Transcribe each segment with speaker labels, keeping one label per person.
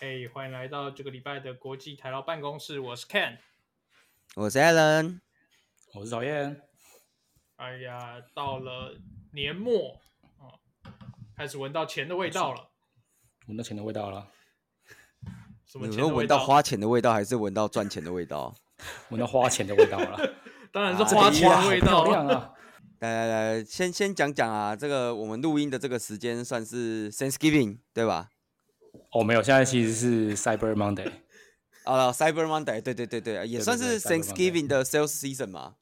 Speaker 1: 嘿哎欢迎来到这个礼拜的国际台劳办公室，我是 Ken。
Speaker 2: 我是 Allen，
Speaker 3: 哦我是导演，
Speaker 1: 哎呀，到了年末啊、开始闻到钱的味道了。
Speaker 3: 闻到钱的味道了，
Speaker 1: 什么
Speaker 2: 你
Speaker 1: 钱
Speaker 2: 说
Speaker 1: 的味
Speaker 2: 闻
Speaker 1: 道？
Speaker 2: 到花钱的味道，还是闻到赚钱的味道？
Speaker 3: 闻到花钱的味道了，
Speaker 1: 当然是
Speaker 2: 啊
Speaker 1: 花钱
Speaker 3: 哇
Speaker 1: 的味道
Speaker 3: 好漂亮啊！
Speaker 2: 来来来，先先讲讲啊，这个我们录音的这个时间算是 Thanksgiving 对吧？
Speaker 3: 哦，没有，现在其实是 Cyber Monday，
Speaker 2: 啊，Cyber Monday，对对对对，也
Speaker 3: 对
Speaker 2: 算
Speaker 3: 对
Speaker 2: 是
Speaker 3: Cyber
Speaker 2: Thanksgiving 的 sales season 嘛。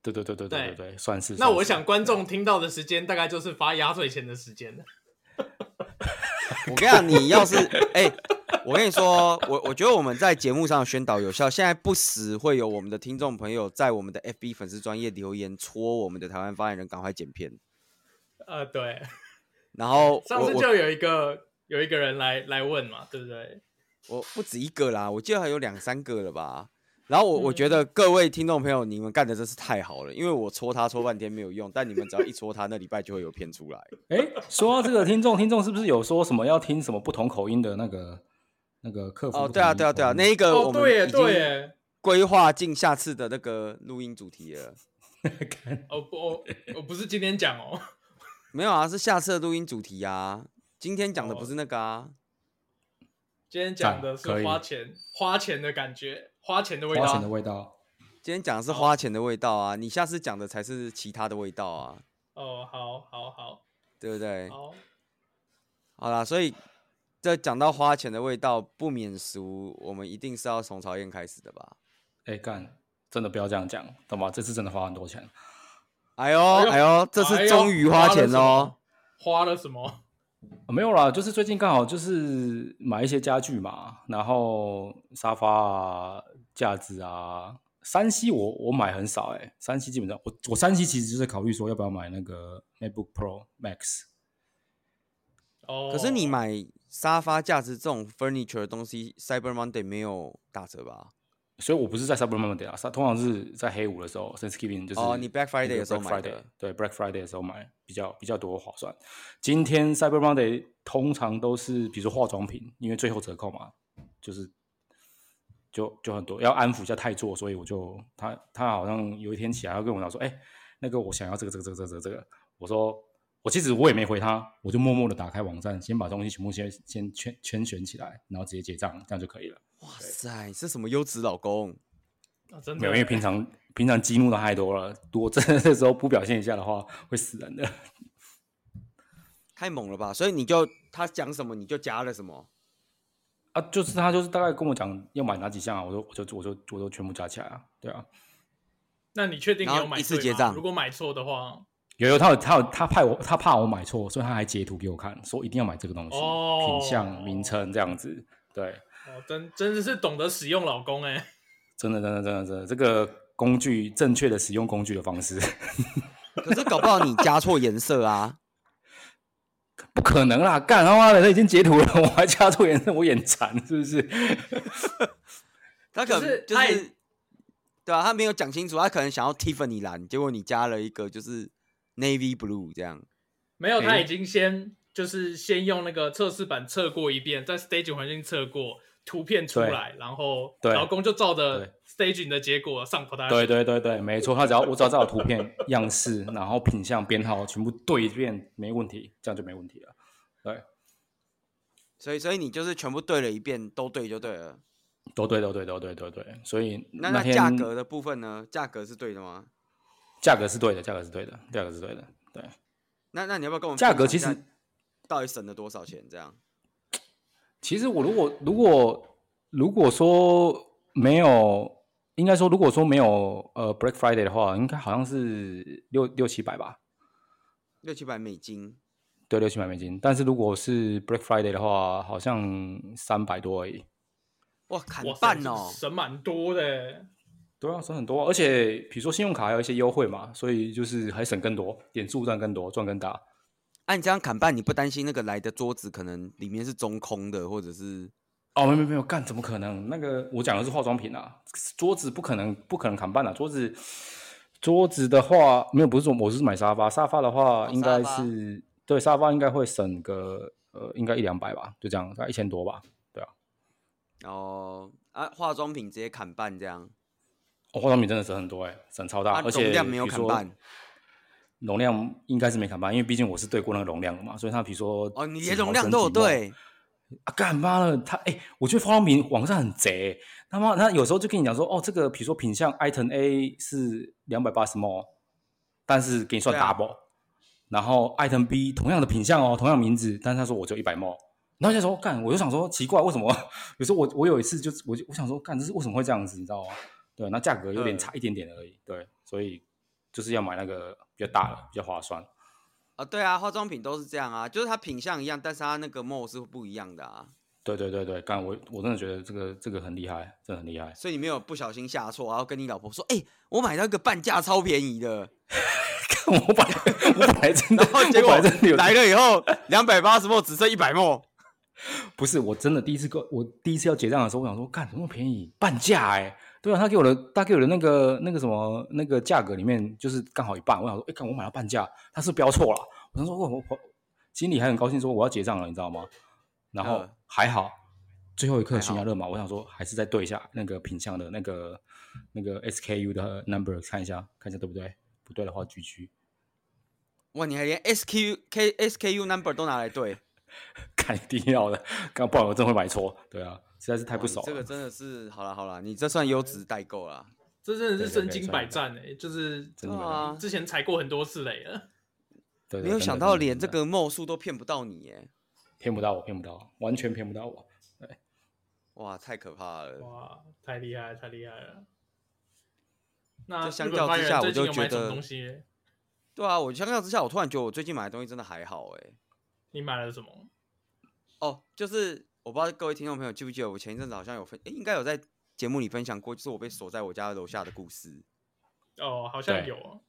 Speaker 3: 对对对对对对对，算是。
Speaker 1: 那我
Speaker 3: 算
Speaker 1: 想
Speaker 3: 是，
Speaker 1: 观众听到的时间大概就是发压岁钱的时间了。
Speaker 2: 我跟你讲，你要是哎、我跟你说，我我觉得我们在节目上的宣导有效，现在不时会有我们的听众朋友在我们的 FB 粉丝专业留言戳我们的台湾发言人赶快剪片，
Speaker 1: 呃，对，
Speaker 2: 然后
Speaker 1: 上
Speaker 2: 我
Speaker 1: 次
Speaker 2: 我
Speaker 1: 就有一个有一个人来来问嘛，对不对？
Speaker 2: 我不止一个啦，我记得还有两三个了吧。然后我我觉
Speaker 1: 嗯
Speaker 2: 得各位听众朋友，你们干的真是太好了，因为我戳他戳半天没有用，但你们只要一戳他，那礼拜就会有片出来。
Speaker 3: 哎，说到这个听众，听众是不是有说什么要听什么不同口音的那个那个客服？
Speaker 2: 哦，对啊，对啊，对啊，那一个
Speaker 1: 哦
Speaker 2: 我，们
Speaker 1: 对耶，
Speaker 2: 已
Speaker 1: 对
Speaker 2: 经
Speaker 1: 耶。
Speaker 2: 规划进下次的那个录音主题了。
Speaker 1: 哦不，哦我不是今天讲哦。
Speaker 2: 没有啊，是下次的录音主题啊。今天讲的
Speaker 1: 哦
Speaker 2: 不是那个啊，
Speaker 1: 今天讲 的是
Speaker 3: 可以
Speaker 1: 花钱，花钱的感觉，花钱的味
Speaker 3: 花钱的
Speaker 1: 道。
Speaker 3: 味道，
Speaker 2: 今天讲的是花钱的味道啊。你下次讲的才是其他的味道啊，
Speaker 1: 哦，好好好
Speaker 2: 对不对？
Speaker 1: 好，
Speaker 2: 好啦，所以这讲到花钱的味道，不免俗，我们一定是要从曹燕开始的吧？
Speaker 3: 哎干，真的不要这样讲，懂吗？这次真的花很多钱。
Speaker 2: 哎呦
Speaker 1: 哎呦
Speaker 2: 哎呦，这
Speaker 1: 哎
Speaker 2: 次
Speaker 1: 呦
Speaker 2: 终于花钱哦喽！
Speaker 1: 花了什么？
Speaker 3: 哦没有啦，就是最近刚好就是买一些家具嘛，然后沙发啊、架子啊。山西我我买很少哎、山西基本上我我山西其实就是考虑说要不要买那个 MacBook Pro Max，
Speaker 1: 哦，
Speaker 2: 可是你买沙发、架子这种 furniture 的东西，Cyber Monday 没有打折吧？
Speaker 3: 所以我不是在 Cyber Monday 啊，通常是在黑五的时候 Thanksgiving 就是
Speaker 2: 哦你 Black Friday
Speaker 3: 那个
Speaker 2: 的时候
Speaker 3: Black
Speaker 2: 买
Speaker 3: Friday
Speaker 2: 的
Speaker 3: 对 Black Friday 的时候买比较比较多划算。今天 Cyber Monday 通常都是比如说化妆品，因为最后折扣嘛，就是就就很多，要安抚一下泰座，所以我就他他好像有一天起来要跟我讲说，哎、那个我想要这个这个这个这个这个这个，我说我其实我也没回他，我就默默的打开网站，先把东西全部先先圈圈选起来，然后直接结账，这样就可以了。
Speaker 2: 哇塞，是什么优质老公？
Speaker 1: 啊真
Speaker 3: 没
Speaker 1: 的
Speaker 3: 有，因为平常平常激怒他太多了，如果真的这时候不表现一下的话，会死人的。
Speaker 2: 太猛了吧！所以你就他讲什么你就加了什么。
Speaker 3: 啊，就是他就是大概跟我讲要买哪几项啊，我说我就我就我就全部加起来啊，对啊，
Speaker 1: 那你确定你
Speaker 2: 然
Speaker 1: 有
Speaker 2: 后
Speaker 1: 买
Speaker 2: 一次
Speaker 1: 对
Speaker 2: 结
Speaker 1: 吗
Speaker 2: 账
Speaker 1: 如果买错的话，哦
Speaker 3: 有有他有他有他怕我他怕我买错，所以他还截图给我看，说一定要买这个东西，
Speaker 1: 哦
Speaker 3: 品相名称这样子，对，
Speaker 1: 哦，真真的是懂得使用老公哎、
Speaker 3: 真的真的真的真的这个工具正确的使用工具的方式，
Speaker 2: 可是搞不好你加错颜 色啊！
Speaker 3: 不可能啦，干他妈的他已经截图了，我还加错颜色，我眼馋是不是？
Speaker 2: 他可
Speaker 1: 就
Speaker 2: 能
Speaker 1: 是
Speaker 2: 就
Speaker 1: 他也
Speaker 2: 是，对啊，他没有讲清楚，他可能想要 Tiffany 蓝，结果你加了一个就是 Navy Blue 这样。
Speaker 1: 没有，
Speaker 3: 诶
Speaker 1: 他已经先就是先用那个测试版测过一遍，在 staging 环境测过图片出来，然后
Speaker 3: 对
Speaker 1: 老公就照
Speaker 3: 对
Speaker 1: 着 staging 的结果上 production。
Speaker 3: 对对对对，没错，他只要我只要照图片样式，然后品相编号全部对一遍，没问题，这样就没问题了。对，
Speaker 2: 所以，所以你就是全部对了一遍，都对就对了。
Speaker 3: 都对，都对，都对，都对。所以
Speaker 2: 那那
Speaker 3: 天
Speaker 2: 价格的部分呢？价格是对的吗？
Speaker 3: 价格是对的，价格是对的，价格是对的。对，
Speaker 2: 那那你要不要跟我们
Speaker 3: 价格
Speaker 2: 分享一
Speaker 3: 其
Speaker 2: 下
Speaker 3: 实
Speaker 2: 到底省了多少钱？这样
Speaker 3: 其实我如果如果如果说没有，应该说如果说没有呃 Black Friday 的话，应该好像是六六七百吧，
Speaker 2: 六七百美金，
Speaker 3: 对，六七百美金。但是如果是 Black Friday 的话，好像三百多而已。
Speaker 2: 哇，砍
Speaker 1: 哇塞，
Speaker 2: 半哦！
Speaker 1: 省蛮多的欸。
Speaker 3: 对啊，省很多啊，而且比如说信用卡还有一些优惠嘛，所以就是还省更多，点数赚更多，赚更大。
Speaker 2: 啊按、你这样砍半，你不担心那个来的桌子可能里面是中空的，或者是
Speaker 3: 哦，没有没有没有，干怎么可能？那个我讲的是化妆品啊，桌子不可能不可能砍半啊，桌子桌子的话没有，不是说我是买沙发，沙发的话
Speaker 2: 哦
Speaker 3: 应该
Speaker 2: 沙发
Speaker 3: 是、对沙发应该会省个呃应该一两百吧，就这样，大概一千多吧。对啊，
Speaker 2: 哦啊，化妆品直接砍半这样，
Speaker 3: 哦，化妆品真的省很多哎、欸，省超大，
Speaker 2: 啊，
Speaker 3: 而且
Speaker 2: 容量没有砍
Speaker 3: 比如
Speaker 2: 半
Speaker 3: 说。容量应该是没砍半，因为毕竟我是对过那个容量的嘛，所以它比如说
Speaker 2: 哦，你
Speaker 3: 几
Speaker 2: 连
Speaker 3: 毫
Speaker 2: 容量
Speaker 3: 升
Speaker 2: 都有
Speaker 3: 几万
Speaker 2: 对，
Speaker 3: 啊，干妈的他哎、我觉得化妆品网上很贼、他妈他有时候就跟你讲说，哦，这个比如说品相 item A 是两百八十 ml，但是给你算
Speaker 2: 对啊
Speaker 3: double，、然后 item B 同样的品相哦，同样名字，但是他说我就一百 ml，然后就说干，我就想说奇怪，为什么 有时候我我有一次就是我就我想说干，这是为什么会这样子，你知道吗？对，那价格有点
Speaker 2: 嗯
Speaker 3: 差一点点而已，对，所以就是要买那个比较大的，比较划算。
Speaker 2: 啊，对啊，化妆品都是这样啊，就是它品相一样，但是它那个 mall 是不一样的啊，
Speaker 3: 对对对对，干我我真的觉得这个这个很厉害，真的很厉害。
Speaker 2: 所以你没有不小心下错，然后跟你老婆说，哎、我买到一个半价超便宜 的，
Speaker 3: 我本来我本来真的，
Speaker 2: 然后结果
Speaker 3: 我本来真的有
Speaker 2: 来了以后，两百八十 ml 只剩一百 ml，
Speaker 3: 不是我真的第一次购，我第一次要结账的时候，我想说，干怎么那么便宜，半价哎、对啊，他给我的他给我的那个那个什么那个价格里面就是刚好一半，我想说，哎、看我买到半价，他是标错了。我想说，我我我心里还很高兴，说我要结账了，你知道吗？然后
Speaker 2: 嗯
Speaker 3: 还好，最后一刻新
Speaker 2: 还
Speaker 3: 加
Speaker 2: 好
Speaker 3: 热嘛，我想说还是再对一下那个品相的那个那个 SKU 的 number 看一下，看一下对不对？不对的话，GG。
Speaker 2: 哇，你还连 SQ K SKU number 都拿来对，
Speaker 3: 看一定要的，刚不然我真会买错。对啊，实在是 太
Speaker 2: 还
Speaker 3: 不熟了。
Speaker 2: 这个真的是好了好了，你这算优质代购啦，
Speaker 1: 这真的
Speaker 3: 对
Speaker 1: 是
Speaker 3: 对
Speaker 1: 身
Speaker 3: 对
Speaker 1: 经
Speaker 3: 算
Speaker 1: 百
Speaker 3: 了
Speaker 1: 战哎、就是
Speaker 2: 对
Speaker 3: 真的没
Speaker 2: 啊，
Speaker 1: 之前踩过很多次雷了。
Speaker 3: 对对
Speaker 2: 没有
Speaker 3: 真的
Speaker 2: 想
Speaker 3: 真
Speaker 2: 到
Speaker 3: 的
Speaker 2: 连
Speaker 3: 真
Speaker 2: 这
Speaker 3: 的
Speaker 2: 个 mall 数都骗不到你耶，
Speaker 3: 骗不到我，骗不到我，完全骗不到我。
Speaker 2: 哇，太可怕了。
Speaker 1: 哇，太厉害，太厉害了！那
Speaker 2: 这相
Speaker 1: 日本
Speaker 2: 较
Speaker 1: 发
Speaker 2: 之
Speaker 1: 言
Speaker 2: 下
Speaker 1: 人最
Speaker 2: 我就
Speaker 1: 近有买
Speaker 2: 觉
Speaker 1: 什么
Speaker 2: 得
Speaker 1: 东西？
Speaker 2: 对啊，我相较之下，我突然觉得我最近买的东西真的还好哎、
Speaker 1: 你买了什么？
Speaker 2: 哦，就是我不知道各位听众朋友记不记得，我前一阵子好像有分，诶应该有在节目里分享过，就是我被锁在我家楼下的故事。
Speaker 1: 哦，好像
Speaker 3: 对
Speaker 1: 有哦。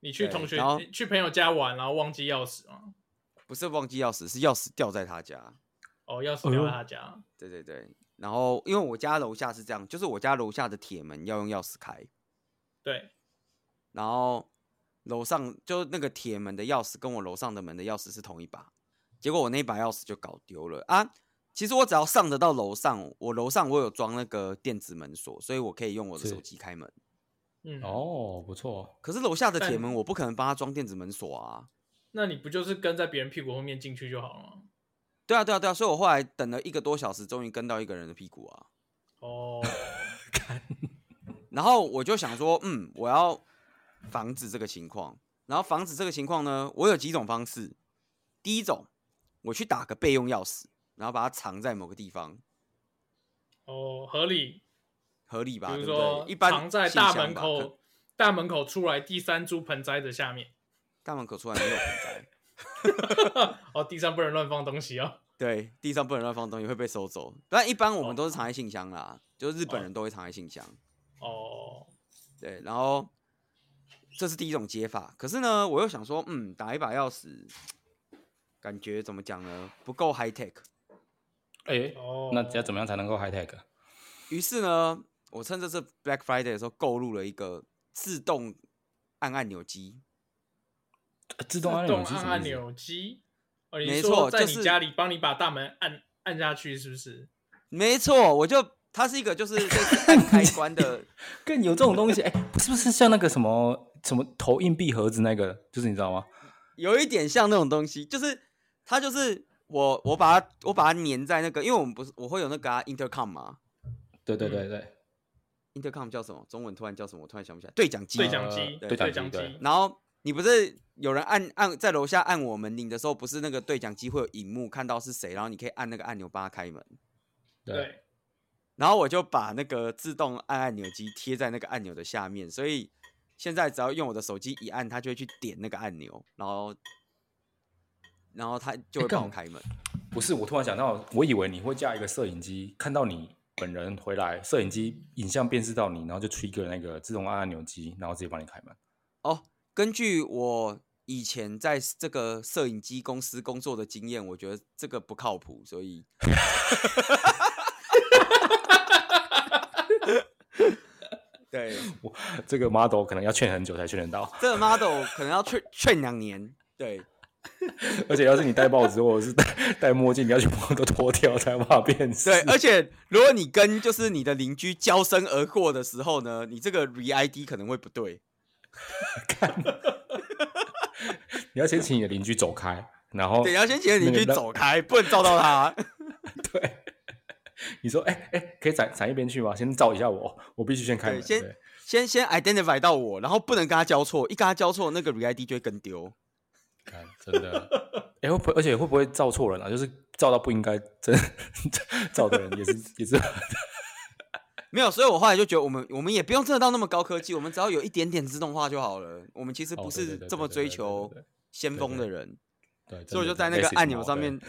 Speaker 1: 你去
Speaker 2: 对
Speaker 1: 同学
Speaker 2: 然后
Speaker 1: 去朋友家玩，然后忘记钥匙吗？
Speaker 2: 不是忘记钥匙，是钥匙掉在他家。
Speaker 1: 哦，钥匙
Speaker 3: 哎
Speaker 1: 掉
Speaker 3: 呦
Speaker 1: 在他家。
Speaker 2: 对对对，然后因为我家楼下是这样，就是我家楼下的铁门要用钥匙开，
Speaker 1: 对，
Speaker 2: 然后楼上就那个铁门的钥匙跟我楼上的门的钥匙是同一把，结果我那一把钥匙就搞丢了啊。其实我只要上得到楼上，我楼上我有装那个电子门锁，所以我可以用我的
Speaker 3: 是
Speaker 2: 手机开门。
Speaker 1: 嗯，，
Speaker 3: 哦，不错，
Speaker 2: 可是楼下的铁
Speaker 1: 但
Speaker 2: 门我不可能帮他装电子门锁啊。
Speaker 1: 那你不就是跟在别人屁股后面进去就好了吗？
Speaker 2: 对啊，对啊，对啊，所以我后来等了一个多小时，终于跟到一个人的屁股啊。
Speaker 1: 哦，
Speaker 2: 然后我就想说，嗯，我要防止这个情况。然后防止这个情况呢，我有几种方式。第一种，我去打个备用钥匙，然后把它藏在某个地方，
Speaker 1: 哦，合理。
Speaker 2: 合理吧？
Speaker 1: 比如
Speaker 2: 对不对
Speaker 1: 说，
Speaker 2: 一般
Speaker 1: 藏在
Speaker 2: 信
Speaker 1: 大
Speaker 2: 箱
Speaker 1: 门
Speaker 2: 吧可
Speaker 1: 口，大门口出来第三株盆栽的下面。
Speaker 2: 大门口出来没有盆栽，
Speaker 1: 哦，地上不能乱放东西哦。
Speaker 2: 对，地上不能乱放东西会被收走。但一般我们都是藏在信箱啦，就是日本人都会藏在信箱。
Speaker 1: 哦，
Speaker 2: 对，然后这是第一种解法。可是呢，我又想说，嗯，打一把钥匙，感觉怎么讲呢？不够 high tech。
Speaker 3: 哎，
Speaker 1: 哦，
Speaker 3: 那要怎么样才能够 high tech？
Speaker 2: 于是呢，我趁这次 Black Friday 的时候购入了一个自动按按钮机。
Speaker 3: 呃自
Speaker 1: 自
Speaker 3: 动按钮是
Speaker 1: 按
Speaker 3: 什么
Speaker 1: 按
Speaker 3: 意思？
Speaker 1: 钮机。哦，你
Speaker 2: 没
Speaker 1: 说
Speaker 2: 错
Speaker 1: 在
Speaker 2: 就
Speaker 1: 你
Speaker 2: 是
Speaker 1: 家里帮你把大门按按下去，是不是？
Speaker 2: 没错，我就它是一个就是类似按开关的，
Speaker 3: 更有这种东西？哎，是不是像那个什么什么投硬币盒子那个？就是你知道吗？
Speaker 2: 有一点像那种东西，就是它就是我我把它我把它粘在那个，因为我们不是我会有那个、啊、intercom 嘛
Speaker 3: 对对对对，
Speaker 2: ，intercom 叫什么？中文突然叫什么？我突然想不起来，对讲机。
Speaker 1: 对讲机，
Speaker 2: 对
Speaker 3: 呃
Speaker 1: 对
Speaker 3: 讲
Speaker 1: 讲
Speaker 3: 机
Speaker 1: 机，
Speaker 3: 对
Speaker 2: 然后你不是有人按按在楼下按我门铃的时候，不是那个对讲机会有荧幕看到是谁，然后你可以按那个按钮帮他开门。
Speaker 3: 对，
Speaker 1: 对，
Speaker 2: 然后我就把那个自动按按钮机贴在那个按钮的下面，所以现在只要用我的手机一按，它就会去点那个按钮，然后然后它就
Speaker 3: 哎
Speaker 2: 会帮我
Speaker 3: 干
Speaker 2: 开门。
Speaker 3: 不是，我突然想到，我以为你会架一个摄影机，看到你本人回来，摄影机影像辨识到你，然后就 trigger 那个自动按按钮机，然后直接帮你开门。
Speaker 2: 哦，根据我以前在这个摄影机公司工作的经验，我觉得这个不靠谱，所以对。
Speaker 3: 这个 model 可能要劝很久才劝得到。
Speaker 2: 这个 model 可能要劝劝两年。对，
Speaker 3: 而且要是你戴帽子或者是戴戴墨镜，你要去帮装都脱掉才有办法辨识。
Speaker 2: 对，而且如果你跟就是你的邻居交身而过的时候呢，你这个 re ID 可能会不对。
Speaker 3: 你要先请你的邻居走开，然后
Speaker 2: 对，要先请邻居
Speaker 3: 那个让
Speaker 2: 走开，不能照到他。
Speaker 3: 对，你说哎哎、可以闪闪一边去吗？先照一下我，我必须先开
Speaker 2: 对，
Speaker 3: 门。
Speaker 2: 先
Speaker 3: 对
Speaker 2: 先先 identify 到我，然后不能跟他交错，一跟他交错，那个 re ID 就会跟丢。
Speaker 3: 干真的，哎、会不会而且会不会照错人啊？就是照到不应该真 照的人也是 也是，
Speaker 2: 没有，所以我后来就觉得，我们我们也不用真的到那么高科技，我们只要有一点点自动化就好了。我们其实
Speaker 3: 哦
Speaker 2: 不
Speaker 3: 对
Speaker 2: 是
Speaker 3: 对对
Speaker 2: 这么
Speaker 3: 对对
Speaker 2: 追
Speaker 3: 对
Speaker 2: 求
Speaker 3: 对
Speaker 2: 先锋的
Speaker 3: 对
Speaker 2: 人，
Speaker 3: 对对，
Speaker 2: 所以我就在
Speaker 3: 真
Speaker 2: 那
Speaker 3: 的
Speaker 2: 个
Speaker 3: basic
Speaker 2: 按钮
Speaker 3: 嘛
Speaker 2: 上面，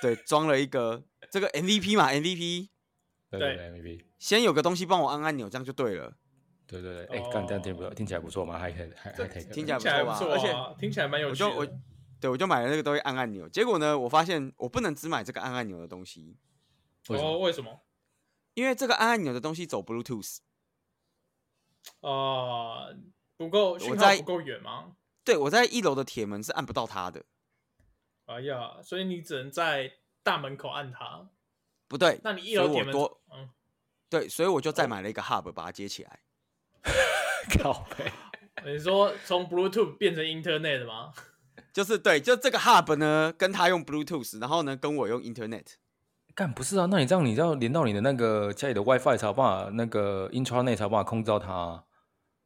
Speaker 2: 对，装了一个这个 MVP 嘛，MVP
Speaker 3: 对对对 MVP，
Speaker 2: 先有个东西帮我按按钮，这样就对了。
Speaker 3: 对对对，哎、干这样听不听起来不错嘛？还可以还还可以，
Speaker 2: 哦听起
Speaker 1: 听
Speaker 2: 来
Speaker 1: 起来
Speaker 2: 不
Speaker 1: 不
Speaker 2: 错
Speaker 1: 错
Speaker 2: 吧
Speaker 1: 啊，听起来蛮有
Speaker 2: 我
Speaker 1: 趣
Speaker 2: 就我
Speaker 1: 的。
Speaker 2: 对我就买了那个东西按按钮，结果呢，我发现我不能只买这个按按钮的东西，
Speaker 3: 为什么
Speaker 1: 哦，为什么？
Speaker 2: 因为这个按按钮的东西走 Bluetooth。
Speaker 1: 啊，不够讯号
Speaker 2: 在
Speaker 1: 不够远吗？
Speaker 2: 对我在一楼的铁门是按不到它的，
Speaker 1: 哎呀，所以你只能在大门口按它。
Speaker 2: 不对，
Speaker 1: 那你一楼
Speaker 2: 所以
Speaker 1: 铁
Speaker 2: 我
Speaker 1: 门，
Speaker 2: 多
Speaker 1: 嗯，哦
Speaker 2: 对，所以我就再买了一个 hub 把它接起来。
Speaker 3: 靠背，
Speaker 1: 你说从 Bluetooth 变成 Internet 的吗？
Speaker 2: 就是对，就这个 hub 呢，跟他用 Bluetooth，然后呢跟我用 Internet。
Speaker 3: 干不是啊？那你这样你要连到你的那个家里的 WiFi 才有办法，那个 Intranet 才有办法控制到它啊、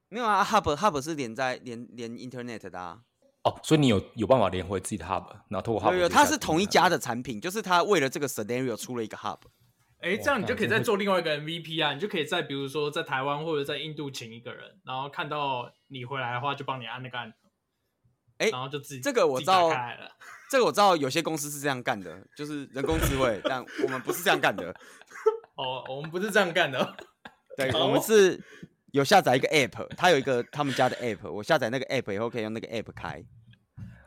Speaker 2: 没有啊，hub hub 是连在连连 Internet 的、啊，
Speaker 3: 哦，所以你有有办法连回自己的 Hub，然后透过 Hub，
Speaker 2: 有
Speaker 3: 接
Speaker 2: 有，
Speaker 3: 下
Speaker 2: 它
Speaker 3: 来
Speaker 2: 哦是
Speaker 3: 听
Speaker 2: 同一
Speaker 3: 它
Speaker 2: 家的产品，就是它为了这个 scenario 出了一个 hub。
Speaker 1: 哎，这样你就可以再
Speaker 3: 干
Speaker 1: 做另外一个 MVP 啊，你就可以在比如说在台湾或者在印度请一个人，然后看到你回来的话就帮你按那个按钮，
Speaker 2: 哎
Speaker 1: 然后就自己
Speaker 2: 这个我
Speaker 1: 自己打
Speaker 2: 照
Speaker 1: 开来了。
Speaker 2: 这个我知道，有些公司是这样干的，就是人工智慧，但我们不是这样干的。
Speaker 1: 哦，我们不是这样干的。
Speaker 2: 对，
Speaker 1: 好
Speaker 2: 我
Speaker 3: 哦
Speaker 2: 们是有下载一个 app，它有一个他们家的 app，我下载那个 app 以后可以用那个 app 开。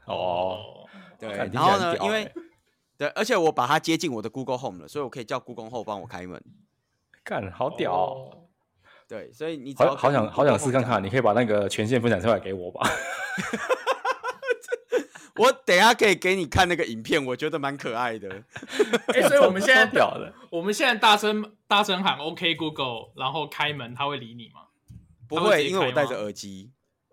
Speaker 3: 哦，
Speaker 2: 对然
Speaker 3: 看，听起来
Speaker 2: 后
Speaker 3: 很
Speaker 2: 呢，
Speaker 3: 屌
Speaker 2: 因
Speaker 3: 欸
Speaker 2: 为对，而且我把它接进我的 Google Home 了，所以我可以叫 Google Home 帮我开门。
Speaker 3: 干好屌哦、
Speaker 1: 哦！
Speaker 2: 对，所以你只要
Speaker 3: 好好
Speaker 2: 跟
Speaker 3: 想好
Speaker 2: Google
Speaker 3: 想试
Speaker 2: Home
Speaker 3: 看
Speaker 2: 讲啊
Speaker 3: 看，你可以把那个权限分享出来给我吧。
Speaker 2: 我等一下可以给你看那个影片，我觉得蛮可爱 的。
Speaker 1: 哎，所以我们 现
Speaker 3: 超
Speaker 1: 在
Speaker 3: 屌的，
Speaker 1: 我们现在大声大声喊 OK Google，然后开门，他会理你吗？
Speaker 2: 不
Speaker 1: 他会直
Speaker 2: 会，
Speaker 1: 接
Speaker 2: 因为我
Speaker 1: 开
Speaker 2: 戴
Speaker 1: 吗
Speaker 2: 着耳机。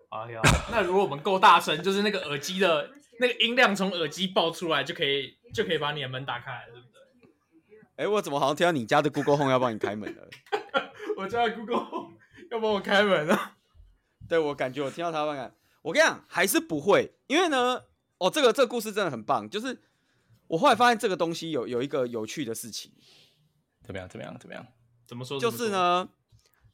Speaker 1: 哎呀，那如果我们够大声，就是那个耳机的那个音量从耳机爆出来，就可以就可以把你的门打开来了，对不对？
Speaker 2: 哎、我怎么好像听到你家的 Google Home 要帮你开门了？
Speaker 1: 我叫 Google 要帮我开门啊！
Speaker 2: 对我感觉我听到他们感，我跟你讲还是不会，因为呢，哦，这个这个故事真的很棒，就是我后来发现这个东西有有一个有趣的事情，
Speaker 3: 怎么样？怎么样？怎么样？
Speaker 1: 怎么说？
Speaker 2: 就是，呢，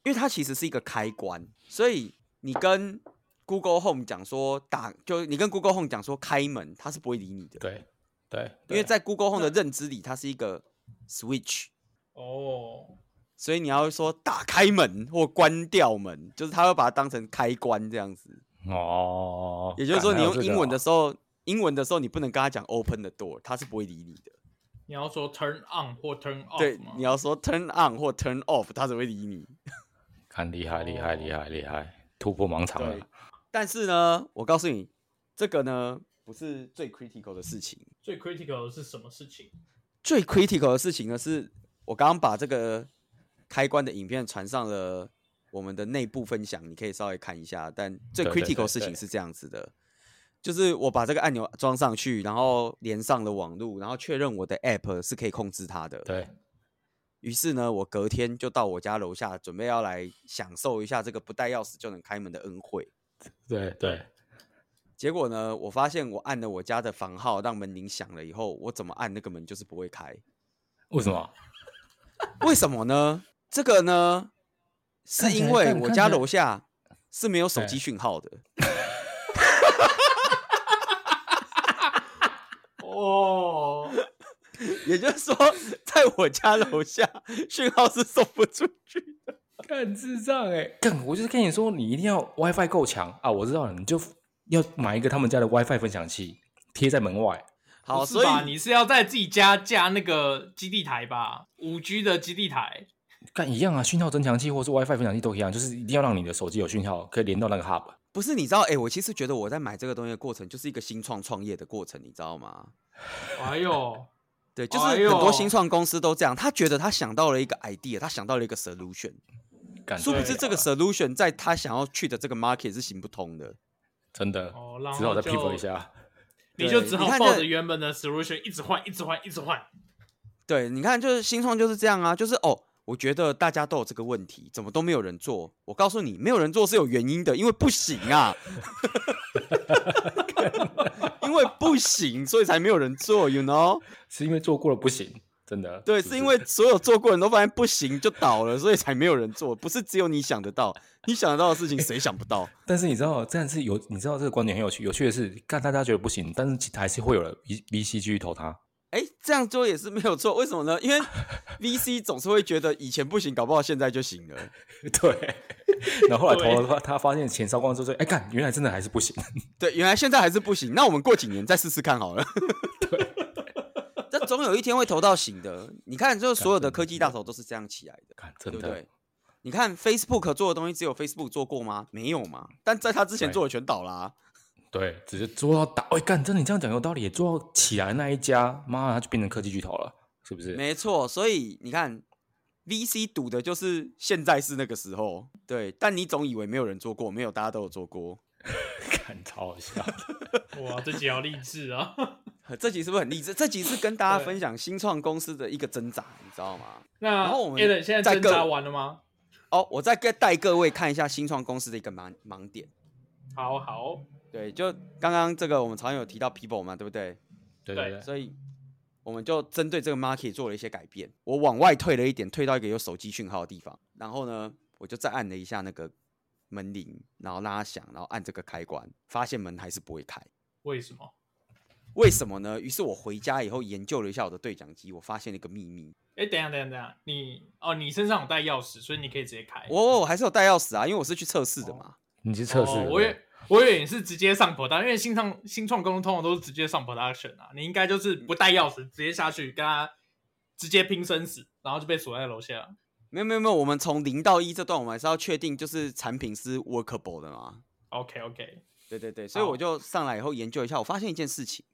Speaker 2: 因为它其实是一个开关，所以你跟 Google Home 讲说打，就是你跟 Google Home 讲说开门，它是不会理你的，
Speaker 3: 对对，
Speaker 2: 因为在 Google Home 的认知里，它是一个 switch。
Speaker 1: 哦，
Speaker 2: 所以你要说打开门或关掉门，就是它会把它当成开关这样子。
Speaker 3: 哦，
Speaker 2: 也就是说，
Speaker 3: 干
Speaker 2: 你用英文的，
Speaker 3: 还有
Speaker 2: 时候，英文的时候你不能跟他讲 open the door，他是不会理你的。
Speaker 1: 你要说 turn on 或 turn off
Speaker 2: 对
Speaker 1: 吗，
Speaker 2: 你要说 turn on 或 turn off，他只会理你。
Speaker 3: 这个看厉害厉害厉害厉害，突破盲肠了
Speaker 2: 对。但是呢，我告诉你，这个呢不是最 critical 的事情，
Speaker 1: 最 critical 的是什么事情？
Speaker 2: 最 critical 的事情呢是，我刚刚把这个开关的影片传上了我们的内部分享，你可以稍微看一下。但最
Speaker 3: 对对
Speaker 2: critical
Speaker 3: 对
Speaker 2: 事情
Speaker 3: 对
Speaker 2: 是这样子的，就是我把这个按钮装上去，然后连上了网络，然后确认我的 app 是可以控制它的。
Speaker 3: 对，
Speaker 2: 于是呢，我隔天就到我家楼下，准备要来享受一下这个不带钥匙就能开门的恩惠。
Speaker 3: 对对，
Speaker 2: 结果呢，我发现我按了我家的房号，让门铃响了以后，我怎么按那个门就是不会开。
Speaker 3: 为什么？
Speaker 2: 为什么呢？这个呢，是
Speaker 3: 看起来
Speaker 2: 因为
Speaker 3: 看
Speaker 2: 我
Speaker 3: 看
Speaker 2: 家
Speaker 3: 起来
Speaker 2: 楼下是没有手
Speaker 3: 对
Speaker 2: 机讯号的。
Speaker 1: 哦，
Speaker 2: 也就是说，在我家楼下讯号是送不 出去。
Speaker 3: 干智障哎、
Speaker 1: 欸
Speaker 3: 干！我就是跟你说，你一定要 WiFi 够强啊！我知道了，你就要买一个他们家的 WiFi 分享器，贴在门外。
Speaker 2: 好，
Speaker 1: 不是
Speaker 2: 所以
Speaker 1: 吧你是要在自己家架那个基地台吧？五 G 的基地台。
Speaker 3: 干一样啊，讯号增强器或是 WiFi 分享器都一样，就是一定要让你的手机有讯号，可以连到那个 Hub。
Speaker 2: 不是你知道？哎、我其实觉得我在买这个东西的过程，就是一个新创创业的过程，你知道吗？
Speaker 1: 哎呦，
Speaker 2: 对，就是
Speaker 1: 哎
Speaker 2: 很
Speaker 1: 呦
Speaker 2: 多新创公司都这样，他觉得他想到了一个 idea，他想到了一个 solution，
Speaker 3: 感
Speaker 2: 殊不
Speaker 1: 哎对啊
Speaker 2: 知这个 solution 在他想要去的这个 market 是行不通的。
Speaker 3: 真的
Speaker 1: 哦然，后
Speaker 3: 只好再
Speaker 1: 就
Speaker 3: pivot 一下。
Speaker 1: 你
Speaker 2: 对
Speaker 1: 就只好
Speaker 2: 你看这
Speaker 1: 抱着原本的 solution 一直换，一直换，一直换。
Speaker 2: 对，你看，就是新创就是这样啊，就是哦，我觉得大家都有这个问题，怎么都没有人做。我告诉你，没有人做是有原因的，因为不行啊， 因为不行，所以才没有人做，you know？
Speaker 3: 是因为做过了不行，真的。
Speaker 2: 对，
Speaker 3: 不
Speaker 2: 是因为所有做过的人都发现不行就倒了，所以才没有人做，不是只有你想得到，你想得到的事情谁想不到？
Speaker 3: 但是你知道，但是有你知道这个观点很有趣。有趣的是，看大家觉得不行，但是其还是会有人 V V C 继续 投他。
Speaker 2: 哎，这样做也是没有错，为什么呢？因 为 VC 总是会觉得以前不行，搞不好现在就行了。
Speaker 3: 对，然后后来投
Speaker 1: 对
Speaker 3: 了他，他发现钱烧光之后，哎，干，原来真的还是不行。
Speaker 2: 对，原来现在还是不行，那我们过几年再试试看好了。 这总有一天会投到行的。你看，就是所有的科技大手都是这样起来的，
Speaker 3: 干，
Speaker 2: 对
Speaker 3: 真
Speaker 2: 不
Speaker 3: 的
Speaker 2: 对，？你看 Facebook 做的东西，只有 Facebook 做过吗？没有嘛。但在他之前
Speaker 3: 对
Speaker 2: 做的全倒啦、
Speaker 3: 对，只是做到打，哎，干，真的你这样讲有道理。做到起来那一家，妈，他就变成科技巨头了，是不是？
Speaker 2: 没错，所以你看，VC 赌的就是现在是那个时候，对。但你总以为没有人做过，没有，大家都有做过。
Speaker 3: 看，超好 笑。
Speaker 1: 哇，这几条励志啊！
Speaker 2: 这集是不是很励志？这集是跟大家
Speaker 1: 对
Speaker 2: 分享新创公司的一个挣扎，你知道吗？
Speaker 1: 那
Speaker 2: 然后我们
Speaker 1: Alan 现在
Speaker 2: 再
Speaker 1: 挣
Speaker 2: 各
Speaker 1: 扎完了吗？
Speaker 2: 哦，我再跟带各位看一下新创公司的一个盲盲点。
Speaker 1: 好好，
Speaker 2: 对，就刚刚这个我们常有提到 people 嘛，对不对？
Speaker 3: 对
Speaker 1: 对
Speaker 3: 对对，
Speaker 2: 所以我们就针对这个 market 做了一些改变。我往外退了一点，退到一个有手机讯号的地方，然后呢，我就再按了一下那个门铃，然后让它响，然后按这个开关，发现门还是不会开。
Speaker 1: 为什么？
Speaker 2: 为什么呢？于是我回家以后研究了一下我的对讲机，我发现了一个秘密。
Speaker 1: 哎，等一下，等一下，等一下，你哦，你身上有带钥匙，所以你可以直接开。
Speaker 2: 我我我还是有带钥匙啊，因为我是去测试的嘛。
Speaker 3: 你去测试
Speaker 1: 哦
Speaker 3: 了。
Speaker 1: 我
Speaker 3: 对
Speaker 1: 也我以为你是直接上 production，因为新创新创公司通常都是直接上 production 啊，你应该就是不带钥匙直接下去跟他直接拼生死，然后就被锁在楼下。
Speaker 2: 没有没有没有，我们从零到一这段，我们还是要确定就是产品是 workable 的嘛。
Speaker 1: OK OK，
Speaker 2: 对对对，所以
Speaker 1: 好
Speaker 2: 我就上来以后研究一下，我发现一件事情，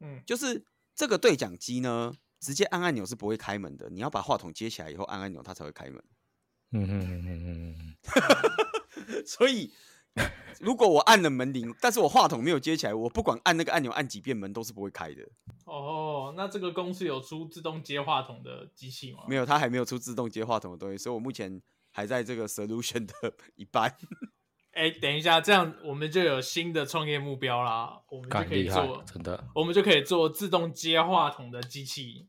Speaker 1: 嗯，
Speaker 2: 就是这个对讲机呢，直接按按钮是不会开门的，你要把话筒接起来以后按按钮，它才会开门。
Speaker 3: 嗯嗯嗯嗯嗯嗯，
Speaker 2: 所以如果我按了门铃，但是我话筒没有接起来，我不管按那个按钮按几遍，门都是不会开的。
Speaker 1: 哦，那这个公司有出自动接话筒的机器吗？
Speaker 2: 没有，它还没有出自动接话筒的东西，所以我目前还在这个 solution 的 一半。
Speaker 1: 哎，等一下，这样我们就有新的创业目标啦，我们就
Speaker 3: 干
Speaker 1: 可以
Speaker 3: 厉害
Speaker 1: 做，，
Speaker 3: 真的。
Speaker 1: 我们就可以做自动接话筒的机器，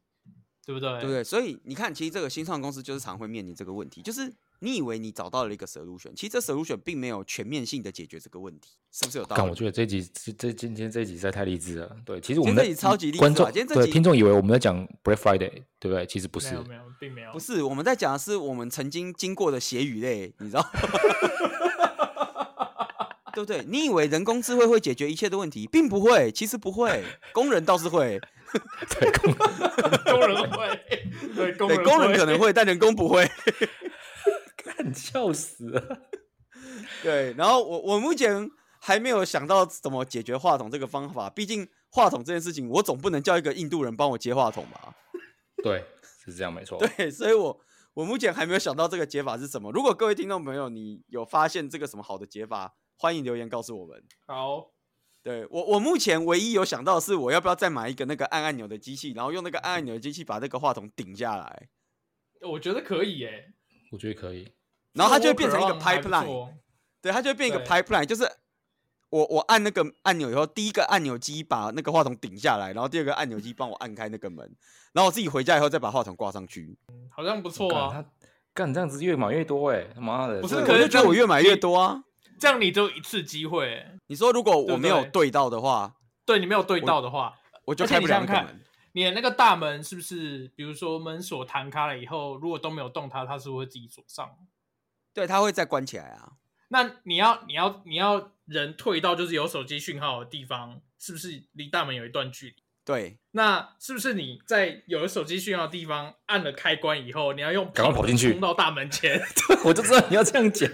Speaker 1: 对不对？
Speaker 2: 对不对？所以你看，其实这个新创公司就是常会面临这个问题，就是你以为你找到了一个 solution，其实这 solution 并没有全面性的解决这个问题，是不是有道
Speaker 3: 但
Speaker 2: 理
Speaker 3: 我？觉得这集这这今天这一集实在太励志了，对，其实我
Speaker 2: 今
Speaker 3: 们
Speaker 2: 天这集
Speaker 3: 在
Speaker 2: 超级励志啊
Speaker 3: 观众
Speaker 2: 今天这
Speaker 3: 对
Speaker 2: 集
Speaker 3: 听众以为我们在讲 Black Friday，对不对？其实不
Speaker 1: 没
Speaker 3: 是
Speaker 1: 有，没有，并没有，
Speaker 2: 不是，我们在讲的是我们曾经经过的血与泪，你知道？ 对不对？你以为人工智慧会解决一切的问题，并不会，其实不会。工人倒是会，
Speaker 3: 对，公
Speaker 1: 工人会，对 工
Speaker 2: 对，
Speaker 1: 人
Speaker 2: 工人
Speaker 1: 会
Speaker 2: 可能会，但人工 不会。
Speaker 3: 干笑死了。
Speaker 2: 对，然后我我目前还没有想到怎么解决话筒这个方法，毕竟话筒这件事情，我总不能叫一个印度人帮我接话筒吧？
Speaker 3: 对，是这样没错。
Speaker 2: 对，所以我我目前还没有想到这个解法是什么。如果各位听众朋友你有发现这个什么好的解法，欢迎留言告诉我们。
Speaker 1: 好。
Speaker 2: 对我，我目前唯一有想到的是，我要不要再买一个那个按按钮的机器，然后用那个按按钮的机器把那个话筒顶下来，
Speaker 1: 我觉得可以耶、
Speaker 3: 我觉得可以。
Speaker 2: 然后它就会变成一个
Speaker 1: 哦这 workaround 还不
Speaker 2: pipeline，
Speaker 1: 错
Speaker 2: 对，它就会变一个
Speaker 1: 对
Speaker 2: pipeline，就是我我按那个按钮以后，第一个按钮机把那个话筒顶下来，然后第二个按钮机帮我按开那个门，然后我自己回家以后再把话筒挂上去。
Speaker 1: 好像不错
Speaker 3: 干
Speaker 1: 啊。
Speaker 3: 他干这样子越买越多哎，他妈的！
Speaker 1: 不是
Speaker 2: 对
Speaker 3: 这
Speaker 1: 可
Speaker 2: 我
Speaker 1: 是
Speaker 2: 就觉得我
Speaker 1: 这样
Speaker 2: 越买越
Speaker 1: 你
Speaker 2: 多啊。
Speaker 1: 这样你只有一次机会耶、
Speaker 2: 你说如果
Speaker 1: 对
Speaker 2: 我
Speaker 1: 不
Speaker 2: 没有
Speaker 1: 对
Speaker 2: 对到的话，
Speaker 1: 对你没有对到的话，
Speaker 2: 我就
Speaker 1: 而且
Speaker 2: 开
Speaker 1: 你
Speaker 2: 不了
Speaker 1: 想
Speaker 2: 那
Speaker 1: 想
Speaker 2: 个
Speaker 1: 看
Speaker 2: 门。
Speaker 1: 你的那个大门是不是，比如说门锁弹开了以后，如果都没有动它，它是会自己锁上。
Speaker 2: 对，它会再关起来啊。
Speaker 1: 那你要你要你要人退到就是有手机讯号的地方，是不是离大门有一段距离？
Speaker 2: 对，
Speaker 1: 那是不是你在有手机讯号的地方按了开关以后，你要用
Speaker 3: 赶快跑进去
Speaker 1: 冲到大 门前？
Speaker 3: 我就知道你要这样讲。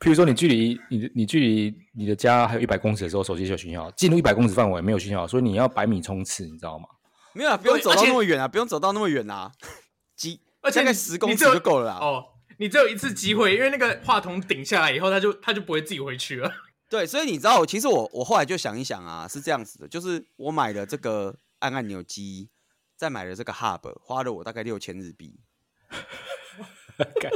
Speaker 3: 譬如说你距离你的你距离你的家还有一百公尺的时候，手机就有讯号，进入一百公尺范围没有讯号，所以你要百米冲刺，你知道吗？
Speaker 2: 没有啊，不用
Speaker 1: 对
Speaker 2: 走
Speaker 1: 而
Speaker 2: 到
Speaker 1: 且
Speaker 2: 那么远啊，不用走到那么远啊，几
Speaker 1: 而且
Speaker 2: 大概
Speaker 1: 你
Speaker 2: 十公
Speaker 1: 你
Speaker 2: 尺
Speaker 1: 只有
Speaker 2: 就够了啊。
Speaker 1: 哦，你只有一次机会，因为那个话筒顶下来以后，它就它就不会自己回去了。
Speaker 2: 对，所以你知道，其实我我后来就想一想啊，是这样子的，就是我买了这个按按钮机，再买了这个 Hub，花了我大概六千日 币，
Speaker 3: 干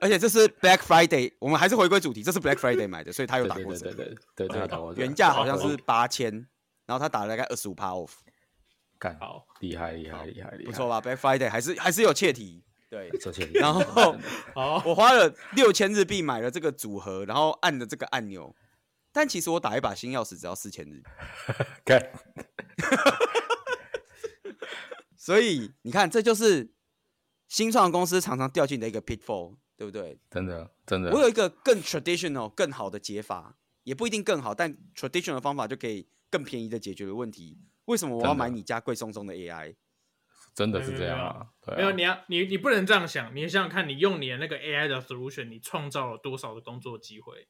Speaker 2: 而且这是 Black Friday，我们还是回归主题，这是 Black Friday 买的，所以它有
Speaker 3: 对
Speaker 2: 打
Speaker 3: 对
Speaker 2: 过
Speaker 3: 对
Speaker 2: 折
Speaker 3: 对，对对对，打过折
Speaker 2: 原价好像
Speaker 1: 好
Speaker 2: 是八千，然后他打了大概二十五 off，
Speaker 3: 干，
Speaker 1: 好，
Speaker 3: 厉害厉害厉害厉害，
Speaker 2: 不错吧？Black Friday 还是还是有切题，对。
Speaker 3: 这些。
Speaker 2: 然后
Speaker 1: 好，
Speaker 2: 我花了六千日币买了这个组合，然后按的这个按钮，但其实我打一把新钥匙只要四千日币，
Speaker 3: 干，
Speaker 2: 所以你看，这就是新创公司常常掉进的一个 pitfall，对不对？
Speaker 3: 真的真的
Speaker 2: 我，有一个更 traditional、更好的解法，也不一定更好，但 traditional 的方法就可以更便宜的解决了问题。为什么我要
Speaker 3: 真的
Speaker 2: 买你家贵松松的 AI？
Speaker 3: 真的是这样啊，对啊
Speaker 1: 没有你要你你不能这样想，你想想看，你用你的那个 AI 的 solution，你创造了多少的工作机会？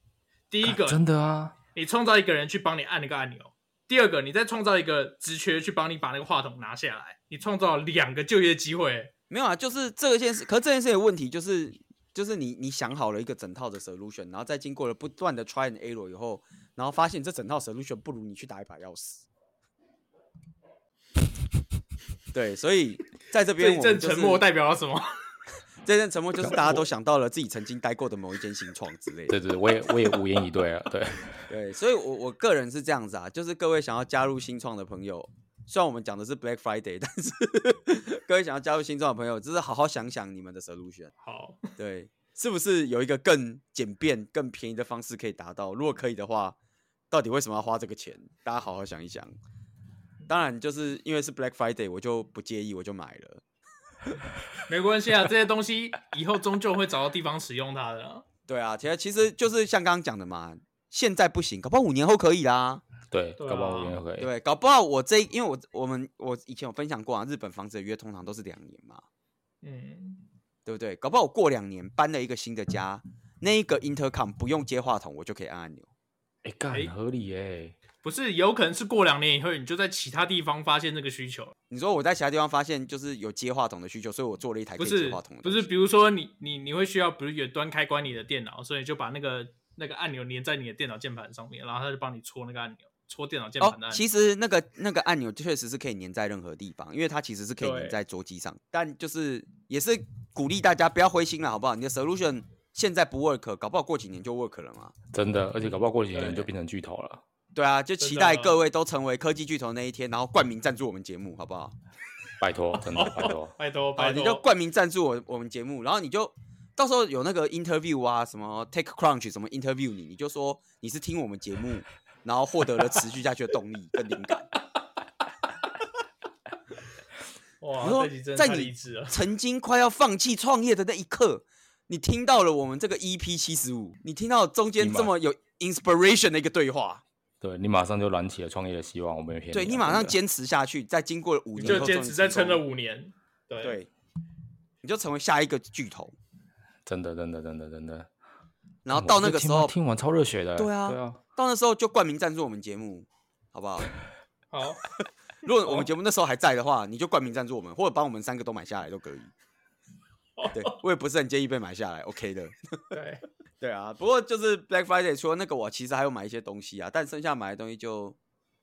Speaker 1: 第一个，
Speaker 3: 干真的啊，
Speaker 1: 你创造一个人去帮你按那个按钮；第二个，你再创造一个职缺去帮你把那个话筒拿下来，你创造了两个就业机会。
Speaker 2: 没有啊，就是这件事。可是这件事的问题就是，就是你你想好了一个整套的 solution，然后再经过了不断的 try and error 以后，然后发现这整套 solution 不如你去打一把钥匙。对，所以在这
Speaker 1: 这
Speaker 2: 边
Speaker 1: 一
Speaker 2: 我
Speaker 1: 阵
Speaker 2: 们就
Speaker 1: 沉
Speaker 2: 是
Speaker 1: 默代表了什么？
Speaker 2: 这阵沉默就是大家都想到了自己曾经待过的某一间新创之类的。
Speaker 3: 对对，对我也我也无言以对啊，对，
Speaker 2: 对，所以我，我个人是这样子啊，就是各位想要加入新创的朋友，虽然我们讲的是 Black Friday，但是 各位想要加入新创的朋友，就是好好想想你们的 solution，
Speaker 1: 好，
Speaker 2: 对， 是不是有一个更简便、更便宜的方式可以达到？如果可以的话，到底为什么要花这个钱？大家好好想一想。当然，就是因为是 Black Friday，我就不介意，我就买了。
Speaker 1: 没关系啊，这些东西以后终究会找到地方使用它的啊。
Speaker 2: 对啊，其实其实就是像刚刚讲的嘛，现在不行，搞不好五年后可以啦。
Speaker 3: 对，
Speaker 1: 对啊
Speaker 3: 搞不好无言可以，
Speaker 2: 对，搞不好我这因为我我们我以前有分享过啊，日本房子的约通常都是两年嘛，
Speaker 1: 嗯，
Speaker 2: 对不对？搞不好我过两年搬了一个新的家，那一个 intercom 不用接话筒，我就可以按按钮。
Speaker 3: 哎，干
Speaker 1: 哎
Speaker 3: 很合理耶，
Speaker 1: 不是，有可能是过两年以后，你就在其他地方发现这个需求。
Speaker 2: 你说我在其他地方发现就是有接话筒的需求，所以我做了一台
Speaker 1: 不
Speaker 2: 可以接
Speaker 1: 是
Speaker 2: 话筒的
Speaker 1: 不
Speaker 2: 东
Speaker 1: 是，
Speaker 2: 西。
Speaker 1: 比如说你你你会需要，比如远端开关你的电脑，所以就把那个那个按钮粘在你的电脑键盘上面，然后它就帮你戳那个按钮，戳电脑键
Speaker 2: 哦
Speaker 1: 盘的，按钮。
Speaker 2: 其实那个那个按钮确实是可以粘在任何地方，因为它其实是可以粘
Speaker 1: 对
Speaker 2: 在桌机上，但就是也是鼓励大家不要灰心了，好不好？你的 solution 现在不 work，搞不好过几年就 work 了嘛。
Speaker 3: 真的，而且搞不好过几年
Speaker 2: 对
Speaker 3: 就变成巨头了，
Speaker 2: 对啊，就期
Speaker 1: 真的
Speaker 2: 待
Speaker 1: 啊
Speaker 2: 各位都成为科技巨头那一天，然后冠名赞助我们节目，好不好？
Speaker 3: 拜托，真的 拜托，
Speaker 1: 拜托
Speaker 2: 啊，
Speaker 1: 拜
Speaker 2: 你就
Speaker 1: 托，
Speaker 2: 冠名赞助我我们节目，然后你就到时候有那个 interview 啊，什么 Take Crunch 什么 interview 你，你就说你是听我们 节目，然后获得了持续下去的动力跟灵感。
Speaker 1: 哇
Speaker 2: 你，说
Speaker 1: 这集真的
Speaker 2: 在
Speaker 1: 太
Speaker 2: 你
Speaker 1: 励志了。
Speaker 2: 曾经快要放弃创业的那一刻，你听到了我们这个 EP 七十五，你听到中间
Speaker 3: 你
Speaker 2: 这么有 inspiration 的一个对话，
Speaker 3: 对你马上就燃起了创业的希望，我没有骗你啊，
Speaker 2: 对你马上
Speaker 3: 真的
Speaker 2: 坚持下去，在经过了五
Speaker 1: 你
Speaker 2: 年
Speaker 1: 就
Speaker 2: 后，
Speaker 1: 坚持再撑了
Speaker 2: 了，
Speaker 1: 五年，对，
Speaker 2: 对，你就成为下一个巨头。
Speaker 3: 真的真的真的真的，
Speaker 2: 然后
Speaker 3: 我
Speaker 2: 到
Speaker 3: 这
Speaker 2: 那个
Speaker 3: 听
Speaker 2: 时
Speaker 3: 完
Speaker 2: 候，
Speaker 3: 听完超热血的，
Speaker 2: 对啊
Speaker 3: 对啊，
Speaker 2: 到那时候就冠名赞助我们节目，好不好？
Speaker 1: 好，
Speaker 2: 如果我们节目那时候还在的话，你就冠名赞助我们，或者帮我们三个都买下来都可以。对，我也不是很介意被买下来，OK 的。
Speaker 1: 对，
Speaker 2: 对啊，不过就是 Black Friday 除了那个，我其实还有买一些东西啊，但剩下买的东西就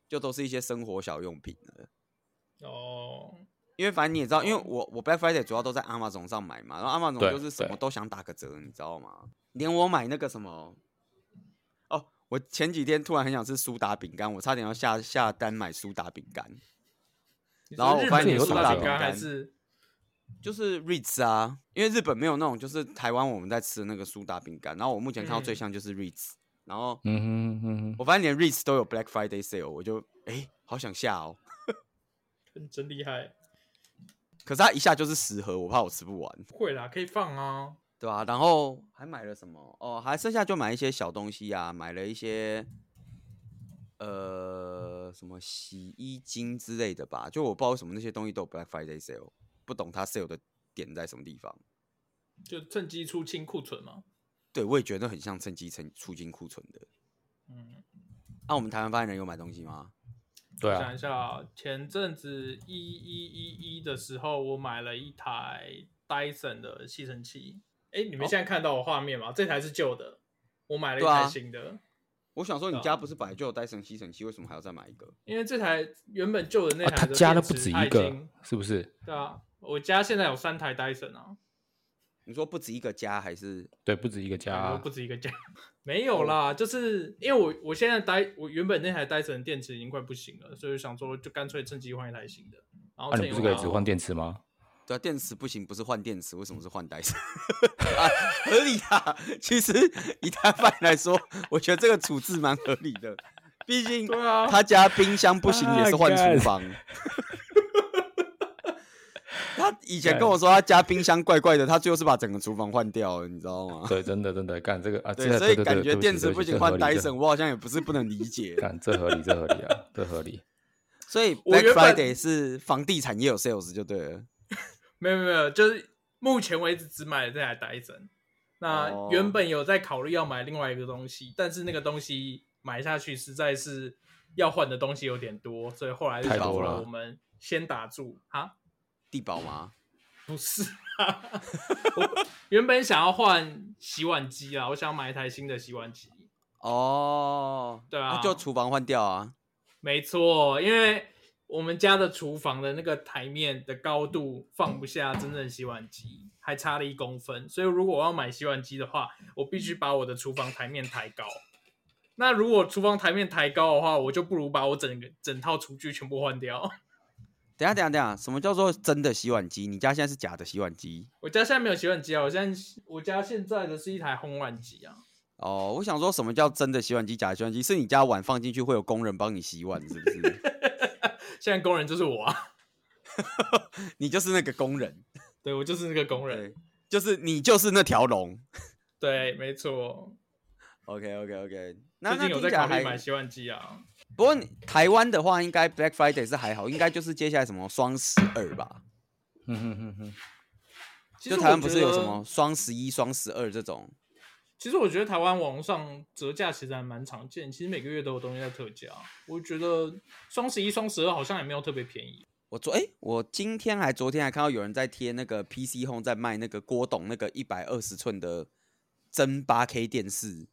Speaker 2: 就都是一些生活小用品了。
Speaker 1: 哦，
Speaker 2: 因为反正你也知道，因为我我 Black Friday 主要都在 Amazon 上买嘛，然后 Amazon
Speaker 3: 对
Speaker 2: 就是什么
Speaker 3: 对
Speaker 2: 都想打个折，你知道吗？连我买那个什么，哦，我前几天突然很想吃苏打饼干，我差点要下下单买苏打饼干，
Speaker 1: 你
Speaker 2: 然后
Speaker 1: 说
Speaker 2: 我
Speaker 1: 日
Speaker 2: 发现
Speaker 1: 本
Speaker 2: 有
Speaker 1: 苏
Speaker 2: 打
Speaker 1: 打
Speaker 2: 折
Speaker 1: 饼干还
Speaker 2: 干
Speaker 1: 是
Speaker 2: 就是 Ritz 啊，因为日本没有那种就是台湾我们在吃的那个苏打饼干，然后我目前看到最
Speaker 1: 嗯
Speaker 2: 像就是 Ritz，、然后
Speaker 3: 嗯哼嗯哼，
Speaker 2: 我发现连 Ritz 都有 Black Friday sale，我就哎、诶好想下哦，
Speaker 1: 真真厉害，
Speaker 2: 可是它一下就是十盒，我怕我吃不完，
Speaker 1: 不会啦，可以放啊，
Speaker 2: 对吧、然后还买了什么？哦，还剩下就买一些小东西啊，买了一些呃什么洗衣精之类的吧，就我不知道为什么那些东西都有 Black Friday sale，不懂它 sale 的点在什么地方。
Speaker 1: 就趁机出清库存嘛。
Speaker 2: 对我也觉得很像趁机趁促进库存的。
Speaker 1: 嗯，
Speaker 2: 那、我们台湾发言人有买东西吗？
Speaker 3: 对
Speaker 1: 我想
Speaker 3: 啊
Speaker 1: 一，下啊，前阵子一一一一的时候，我买了一台 Dyson 的吸尘器。哎，
Speaker 3: 哦
Speaker 1: 你们现在看到我画面吗？这台是旧的，我买了一
Speaker 2: 对啊
Speaker 1: 台新的。
Speaker 2: 我想说，你
Speaker 1: 对啊
Speaker 2: 家不是本来就有戴森吸尘器，为什么还要再买一个？
Speaker 1: 因为这台原本旧的那
Speaker 3: 啊，
Speaker 1: 台
Speaker 3: 他
Speaker 1: 的
Speaker 3: 加了
Speaker 1: 电
Speaker 3: 不
Speaker 1: 池
Speaker 3: 止
Speaker 1: 它
Speaker 3: 一
Speaker 1: 已
Speaker 3: 个
Speaker 1: 经，
Speaker 3: 是不是？
Speaker 1: 对啊，我家现在有三台 Dyson 啊，
Speaker 2: 你说不止一个家，还是
Speaker 3: 对，不止一个加
Speaker 1: 然后
Speaker 3: 啊哦
Speaker 1: 不，止一个家， 没有啦，就是因为我我现在戴我原本那台 Dyson 的电池已经快不行了，所以想说就干脆趁机换一台新的。然后
Speaker 3: 啊，
Speaker 1: 趁
Speaker 3: 你
Speaker 1: 机
Speaker 3: 不是可以
Speaker 1: 换
Speaker 3: 只换电池 吗？
Speaker 2: 对啊，电池不行，不是换电池，为什么是换戴森？ 啊合理啊！其实以台湾来说，我觉得这个处置蛮合理的，毕竟
Speaker 1: 对啊
Speaker 2: 他家冰箱不行也是换
Speaker 3: 啊干
Speaker 2: 厨房。他以前跟我说他家冰箱怪怪的，他最后是把整个厨房换掉了，你知道吗？
Speaker 3: 对，真的真的干这个啊，
Speaker 2: 对，
Speaker 3: 这
Speaker 2: 所以
Speaker 3: 对对
Speaker 2: 感
Speaker 3: 对
Speaker 2: 觉
Speaker 3: 对不
Speaker 2: 电
Speaker 3: 起
Speaker 2: 池
Speaker 3: 对
Speaker 2: 不
Speaker 3: 不起
Speaker 2: 行
Speaker 3: 这
Speaker 2: 换
Speaker 3: 合理这
Speaker 2: Dyson，我好像也不是不能理 解。
Speaker 3: 干这合理，这合理啊，这合理。
Speaker 2: 所以
Speaker 1: 我
Speaker 2: Black
Speaker 1: 原本
Speaker 2: Friday 是房地产也有 sales 就对了。
Speaker 1: 没有没有没有，就是目前为止只买了这台 Dyson。
Speaker 2: 哦
Speaker 1: 那原本有在考虑要买另外一个东西，但是那个东西买下去实在是要换的东西有点多，所以后来就
Speaker 3: 太
Speaker 1: 想
Speaker 3: 多
Speaker 1: 说
Speaker 3: 了
Speaker 1: 我们先打住啊，
Speaker 2: 地保吗？
Speaker 1: 不是啊，我原本想要换洗碗机啊，我想买一台新的洗碗机，
Speaker 2: 哦，
Speaker 1: 对啊
Speaker 2: 那就厨房换掉啊。
Speaker 1: 没错，因为我们家的厨房的那个台面的高度放不下真正的洗碗机，还差了一公分，所以如果我要买洗碗机的话，我必须把我的厨房台面抬高。那如果厨房台面抬高的话，我就不如把我整个整套厨具全部换掉。
Speaker 2: 等一下，等一下，等一下，什么叫做真的洗碗机？你家现在是假的洗碗机？
Speaker 1: 我家现在没有洗碗机啊，我现在我家现在的是一台烘碗机啊。
Speaker 2: 哦，我想说什么叫真的洗碗机、假的洗碗机？是你家碗放进去会有工人帮你洗碗，是不 是？
Speaker 1: 现在工人就是我啊，
Speaker 2: 你就是那个工人，
Speaker 1: 对我就是那个工人，
Speaker 2: 对，就是你就是那条龙。
Speaker 1: 对，没错。
Speaker 2: OK OK OK，那
Speaker 1: 最
Speaker 2: 那
Speaker 1: 近有
Speaker 2: 听
Speaker 1: 在
Speaker 2: 起来
Speaker 1: 考虑买
Speaker 2: 还
Speaker 1: 洗碗机啊，
Speaker 2: 不过你台湾的话，应该 Black Friday 是还好，应该就是接下来什么双十二吧？
Speaker 3: 嗯哼哼哼，
Speaker 1: 其
Speaker 2: 就
Speaker 1: 实
Speaker 2: 台湾
Speaker 1: 我
Speaker 2: 不
Speaker 1: 觉
Speaker 2: 是有什
Speaker 1: 得
Speaker 2: 么双十一、双十二这种？
Speaker 1: 其实我觉得台湾网络上折价其实还蛮常见，其实每个月都有东西在特价。我觉得双十一、双十二好像也没有特别便宜。
Speaker 2: 我昨哎、我今天还昨天还看到有人在贴那个 PC Home 在卖那个郭董那个一百二十寸的真八 K 电视，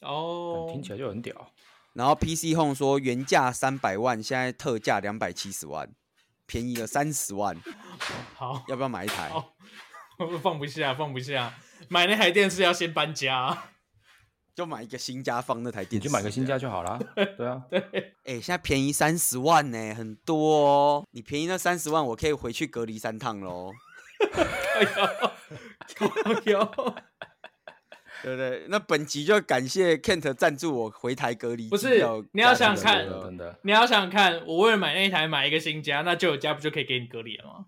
Speaker 1: 哦，
Speaker 3: 嗯听起来就很屌。
Speaker 2: 然后 PC Home 说原价三百万，现在特价两百七十万，便宜了三十万，
Speaker 1: 好，
Speaker 2: 要不要买一台？
Speaker 1: 哦放不下，放不下。买那台电视要先搬家。
Speaker 2: 就买一个新家放那台
Speaker 3: 你
Speaker 2: 电视，
Speaker 3: 就买个新家。就 好啦。对啊，
Speaker 2: 哎、现在便宜三十万呢、很多哦。你便宜那三十万，我可以回去隔离三趟喽，
Speaker 1: 哎呦，有
Speaker 2: 对不对？那本集就感谢 Kent 赞助我回台隔离机
Speaker 1: 不是
Speaker 2: 票价格的，
Speaker 1: 你要想想啊看
Speaker 3: 真的真的。
Speaker 1: 你要想想看，我为了买那一台买一个新家，那就有家不就可以给你隔离了吗？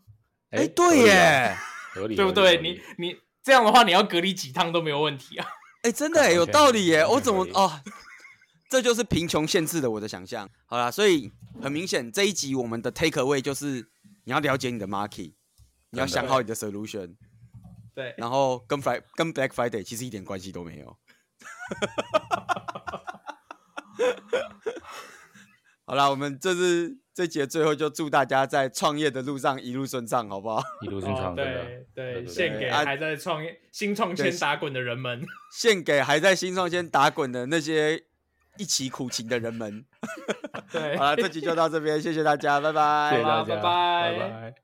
Speaker 2: 哎、对耶，哎、
Speaker 3: 啊合理啊，合理，
Speaker 1: 对不
Speaker 3: 合
Speaker 1: 对？
Speaker 3: 理
Speaker 1: 你你这样的话，你要隔离几趟都没有问题啊。
Speaker 2: 哎真的、欸耶，有
Speaker 3: 完全
Speaker 2: 道理耶、
Speaker 3: 完全
Speaker 2: 我怎么
Speaker 3: 合理
Speaker 2: 哦？这就是贫穷限制了我的想象。好啦，所以很明显这一集我们的 take away 就是你要了解你的 market，你要
Speaker 3: 真
Speaker 2: 想
Speaker 3: 的
Speaker 2: 好你的 solution，
Speaker 1: 对，
Speaker 2: 然后跟 Fri 跟 Black Friday 其实一点关系都没有。好啦，我们这次这节最后就祝大家在创业的路上一路顺畅，好不好？
Speaker 3: 一路顺畅，真的。
Speaker 1: 哦对对，
Speaker 3: 对
Speaker 1: 献给
Speaker 2: 啊
Speaker 1: 还在创业、新创
Speaker 2: 对
Speaker 1: 圈打滚的人们。
Speaker 2: 献给还在新创圈打滚的那些一起苦情的人们。
Speaker 1: 对，
Speaker 2: 啊好了，这集就到这边，谢谢大家，拜拜。
Speaker 3: 谢谢大
Speaker 1: 好
Speaker 3: 家，
Speaker 1: 啦拜拜
Speaker 3: 拜拜。